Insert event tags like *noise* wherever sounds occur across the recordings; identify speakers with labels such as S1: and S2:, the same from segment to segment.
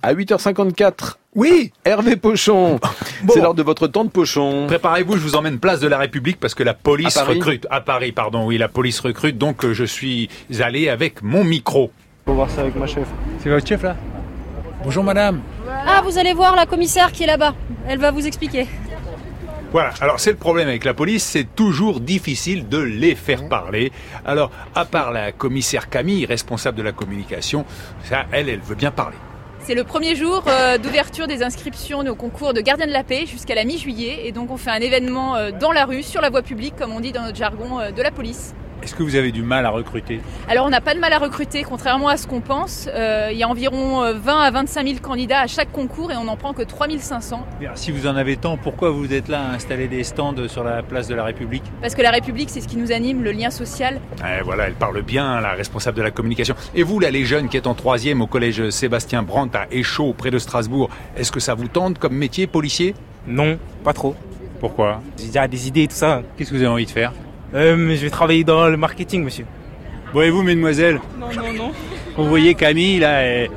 S1: À 8h54,
S2: Oui
S1: Hervé Pochon. C'est l'heure de votre temps de Pochon.
S3: Préparez-vous, je vous emmène place de la République parce que la police
S1: À Paris
S3: recrute. À Paris, pardon, oui, la police recrute, donc euh, je suis allé avec mon micro.
S4: Faut voir ça avec ma chef.
S2: C'est votre chef là Bonjour madame.
S5: Ah, vous allez voir la commissaire qui est là-bas. Elle va vous expliquer.
S3: Voilà, alors c'est le problème avec la police, c'est toujours difficile de les faire parler. Alors, à part la commissaire Camille, responsable de la communication, ça, elle, elle veut bien parler.
S6: C'est le premier jour euh, d'ouverture des inscriptions au concours de gardien de la paix jusqu'à la mi-juillet. Et donc on fait un événement euh, dans la rue, sur la voie publique, comme on dit dans notre jargon euh, de la police.
S3: Est-ce que vous avez du mal à recruter
S6: Alors on n'a pas de mal à recruter, contrairement à ce qu'on pense. Euh, il y a environ euh, 20 à 25 000 candidats à chaque concours et on n'en prend que 3500.
S4: Si vous en avez tant, pourquoi vous êtes là à installer des stands sur la place de la République
S6: Parce que la République, c'est ce qui nous anime, le lien social.
S3: Eh, Voilà, elle parle bien, la responsable de la communication. Et vous, là, les jeunes qui êtes en troisième au collège Sébastien Brandt à Échaud, près de Strasbourg, est-ce que ça vous tente comme métier policier
S7: Non, pas trop.
S3: Pourquoi
S7: J'ai déjà des idées et tout ça.
S3: Qu'est-ce que vous avez envie de faire
S7: Euh, mais je vais travailler dans le marketing, monsieur.
S4: Bon et vous mademoiselle Non, non, non. Vous voyez Camille là, est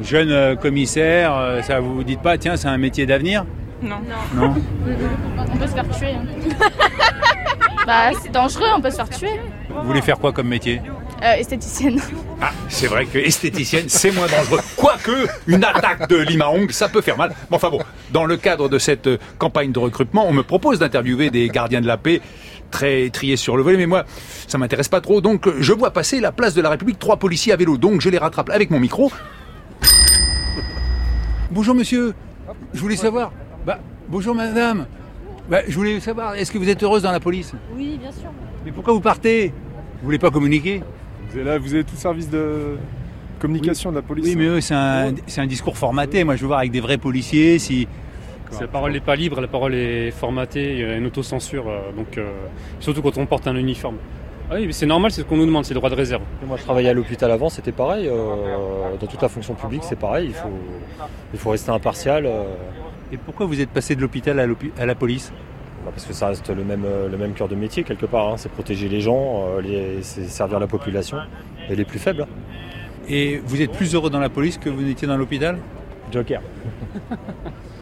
S4: jeune euh, commissaire, euh, ça vous vous dites pas, tiens c'est un métier d'avenir
S8: Non.
S4: Non
S8: On peut se faire tuer.
S6: *laughs*
S8: hein. bah, c'est dangereux, on peut se faire tuer.
S4: Vous voulez faire quoi comme métier
S8: Euh, esthéticienne.
S3: Ah, c'est vrai que esthéticienne, c'est moins dangereux. Quoique, une attaque de Lima Hong, ça peut faire mal. Mais enfin bon, dans le cadre de cette euh, campagne de recrutement, on me propose d'interviewer des gardiens de la paix très triés sur le volet, mais moi, ça m'intéresse pas trop. Donc, euh, je vois passer la place de la République trois policiers à vélo. Donc, je les rattrape avec mon micro.
S4: Bonjour monsieur, je voulais savoir. Bah bonjour madame. Bah je voulais savoir, est-ce que vous êtes heureuse dans la police
S5: Oui, bien sûr.
S4: Mais pourquoi vous partez Vous voulez pas communiquer
S9: Vous avez, là, vous avez tout service de communication de la police.
S4: Oui mais eux c'est un, c'est un discours formaté, moi je veux voir avec des vrais policiers si.
S10: Si la parole n'est pas libre, la parole est formatée, il y a une autocensure, euh, donc, euh, surtout quand on porte un uniforme. Ah oui, mais c'est normal, c'est ce qu'on nous demande, c'est le droit de réserve.
S11: Moi, je travaillais à l'hôpital avant, c'était pareil. euh, dans toute la fonction publique, c'est pareil. Il faut, il faut rester impartial euh,
S4: Et pourquoi vous êtes passé de l'hôpital à, l'hôpi- à la police
S11: bah, parce que ça reste le même, euh, le même cœur de métier, quelque part. hein. C'est protéger les gens, euh, les- c'est servir la population et les plus faibles. hein.
S4: Et vous êtes plus heureux dans la police que vous n'étiez dans l'hôpital
S11: Joker.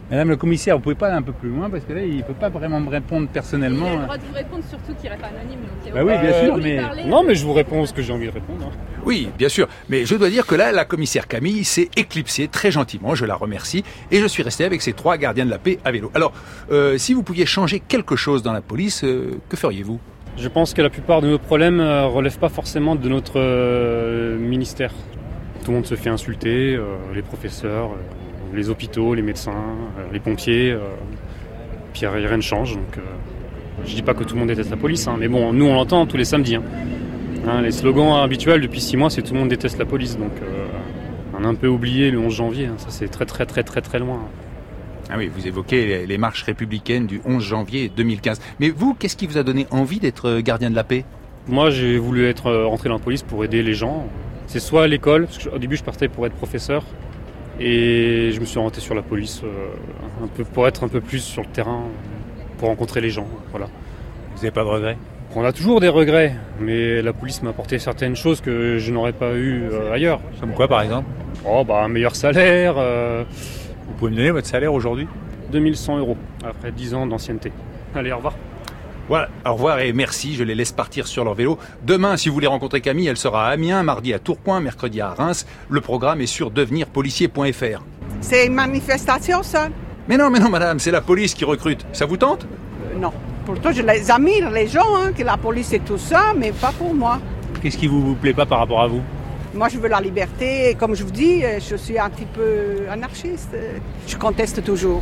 S4: Madame le commissaire, vous pouvez pas aller un peu plus loin parce que là, il ne peut pas vraiment me répondre personnellement. hein.
S6: de vous répondre, surtout qu'il reste anonyme.
S4: euh, Bah oui,
S6: Euh,
S4: bien sûr, mais
S10: Non, mais je vous réponds ce que j'ai envie de répondre. hein.
S3: Oui, bien sûr. Mais je dois dire que là, la commissaire Camille s'est éclipsée très gentiment. Je la remercie. Et je suis resté avec ces trois gardiens de la paix à vélo. Alors, euh, si vous pouviez changer quelque chose dans la police, euh, que feriez-vous
S10: Je pense que la plupart de nos problèmes ne relèvent pas forcément de notre euh, ministère. Tout le monde se fait insulter, euh, les professeurs, euh, les hôpitaux, les médecins, euh, les pompiers. euh, puis rien rien ne change, donc euh, je dis pas que tout le monde déteste la police, hein, mais bon, nous on l'entend tous les samedis. hein. Hein, les slogans habituels depuis six mois, c'est tout le monde déteste la police, donc euh, on a un peu oublié le 11 janvier, hein, ça c'est très très très très très loin. hein.
S3: Ah oui, vous évoquez les, les marches républicaines du 11 janvier 2015. Mais vous, qu'est-ce qui vous a donné envie d'être euh, gardien de la paix
S10: Moi, j'ai voulu être euh, rentré dans la police pour aider les gens. C'est soit à l'école, parce qu'au début, je partais pour être professeur, et je me suis orienté sur la police, euh, un peu pour être un peu plus sur le terrain, pour rencontrer les gens. Voilà.
S4: vous n'avez pas de regrets.
S10: On a toujours des regrets, mais la police m'a apporté certaines choses que je n'aurais pas eu euh, ailleurs.
S4: Comme quoi, par exemple
S10: Oh, bah, un meilleur salaire, euh,
S4: Vous pouvez me donner votre salaire aujourd'hui
S10: 2100 euros après 10 ans d'ancienneté. Allez, au revoir.
S3: Voilà, au revoir et merci, je les laisse partir sur leur vélo. Demain, si vous voulez rencontrer Camille, elle sera à Amiens, mardi à Tourcoing, mercredi à Reims. Le programme est sur devenirpolicier.fr.
S9: hein
S12: C'est une manifestation, ça
S3: Mais non, mais non, madame, c'est la police qui recrute. Ça vous tente
S12: Euh, Non. Pourtant, je les admire, les gens, hein, que la police et tout ça, mais pas pour moi.
S4: Qu'est-ce qui vous, vous plaît pas par rapport à vous
S12: Moi, je veux la liberté. Et comme je vous dis, euh, je suis un petit peu anarchiste. euh, Je conteste toujours.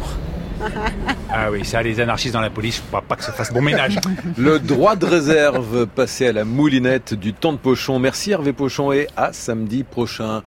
S3: Ah oui, ça, les anarchistes dans la police, faut pas- pas que ça fasse bon ménage.
S1: Le droit de réserve passé à la moulinette du temps de Pochon. Merci Hervé Pochon et à samedi prochain.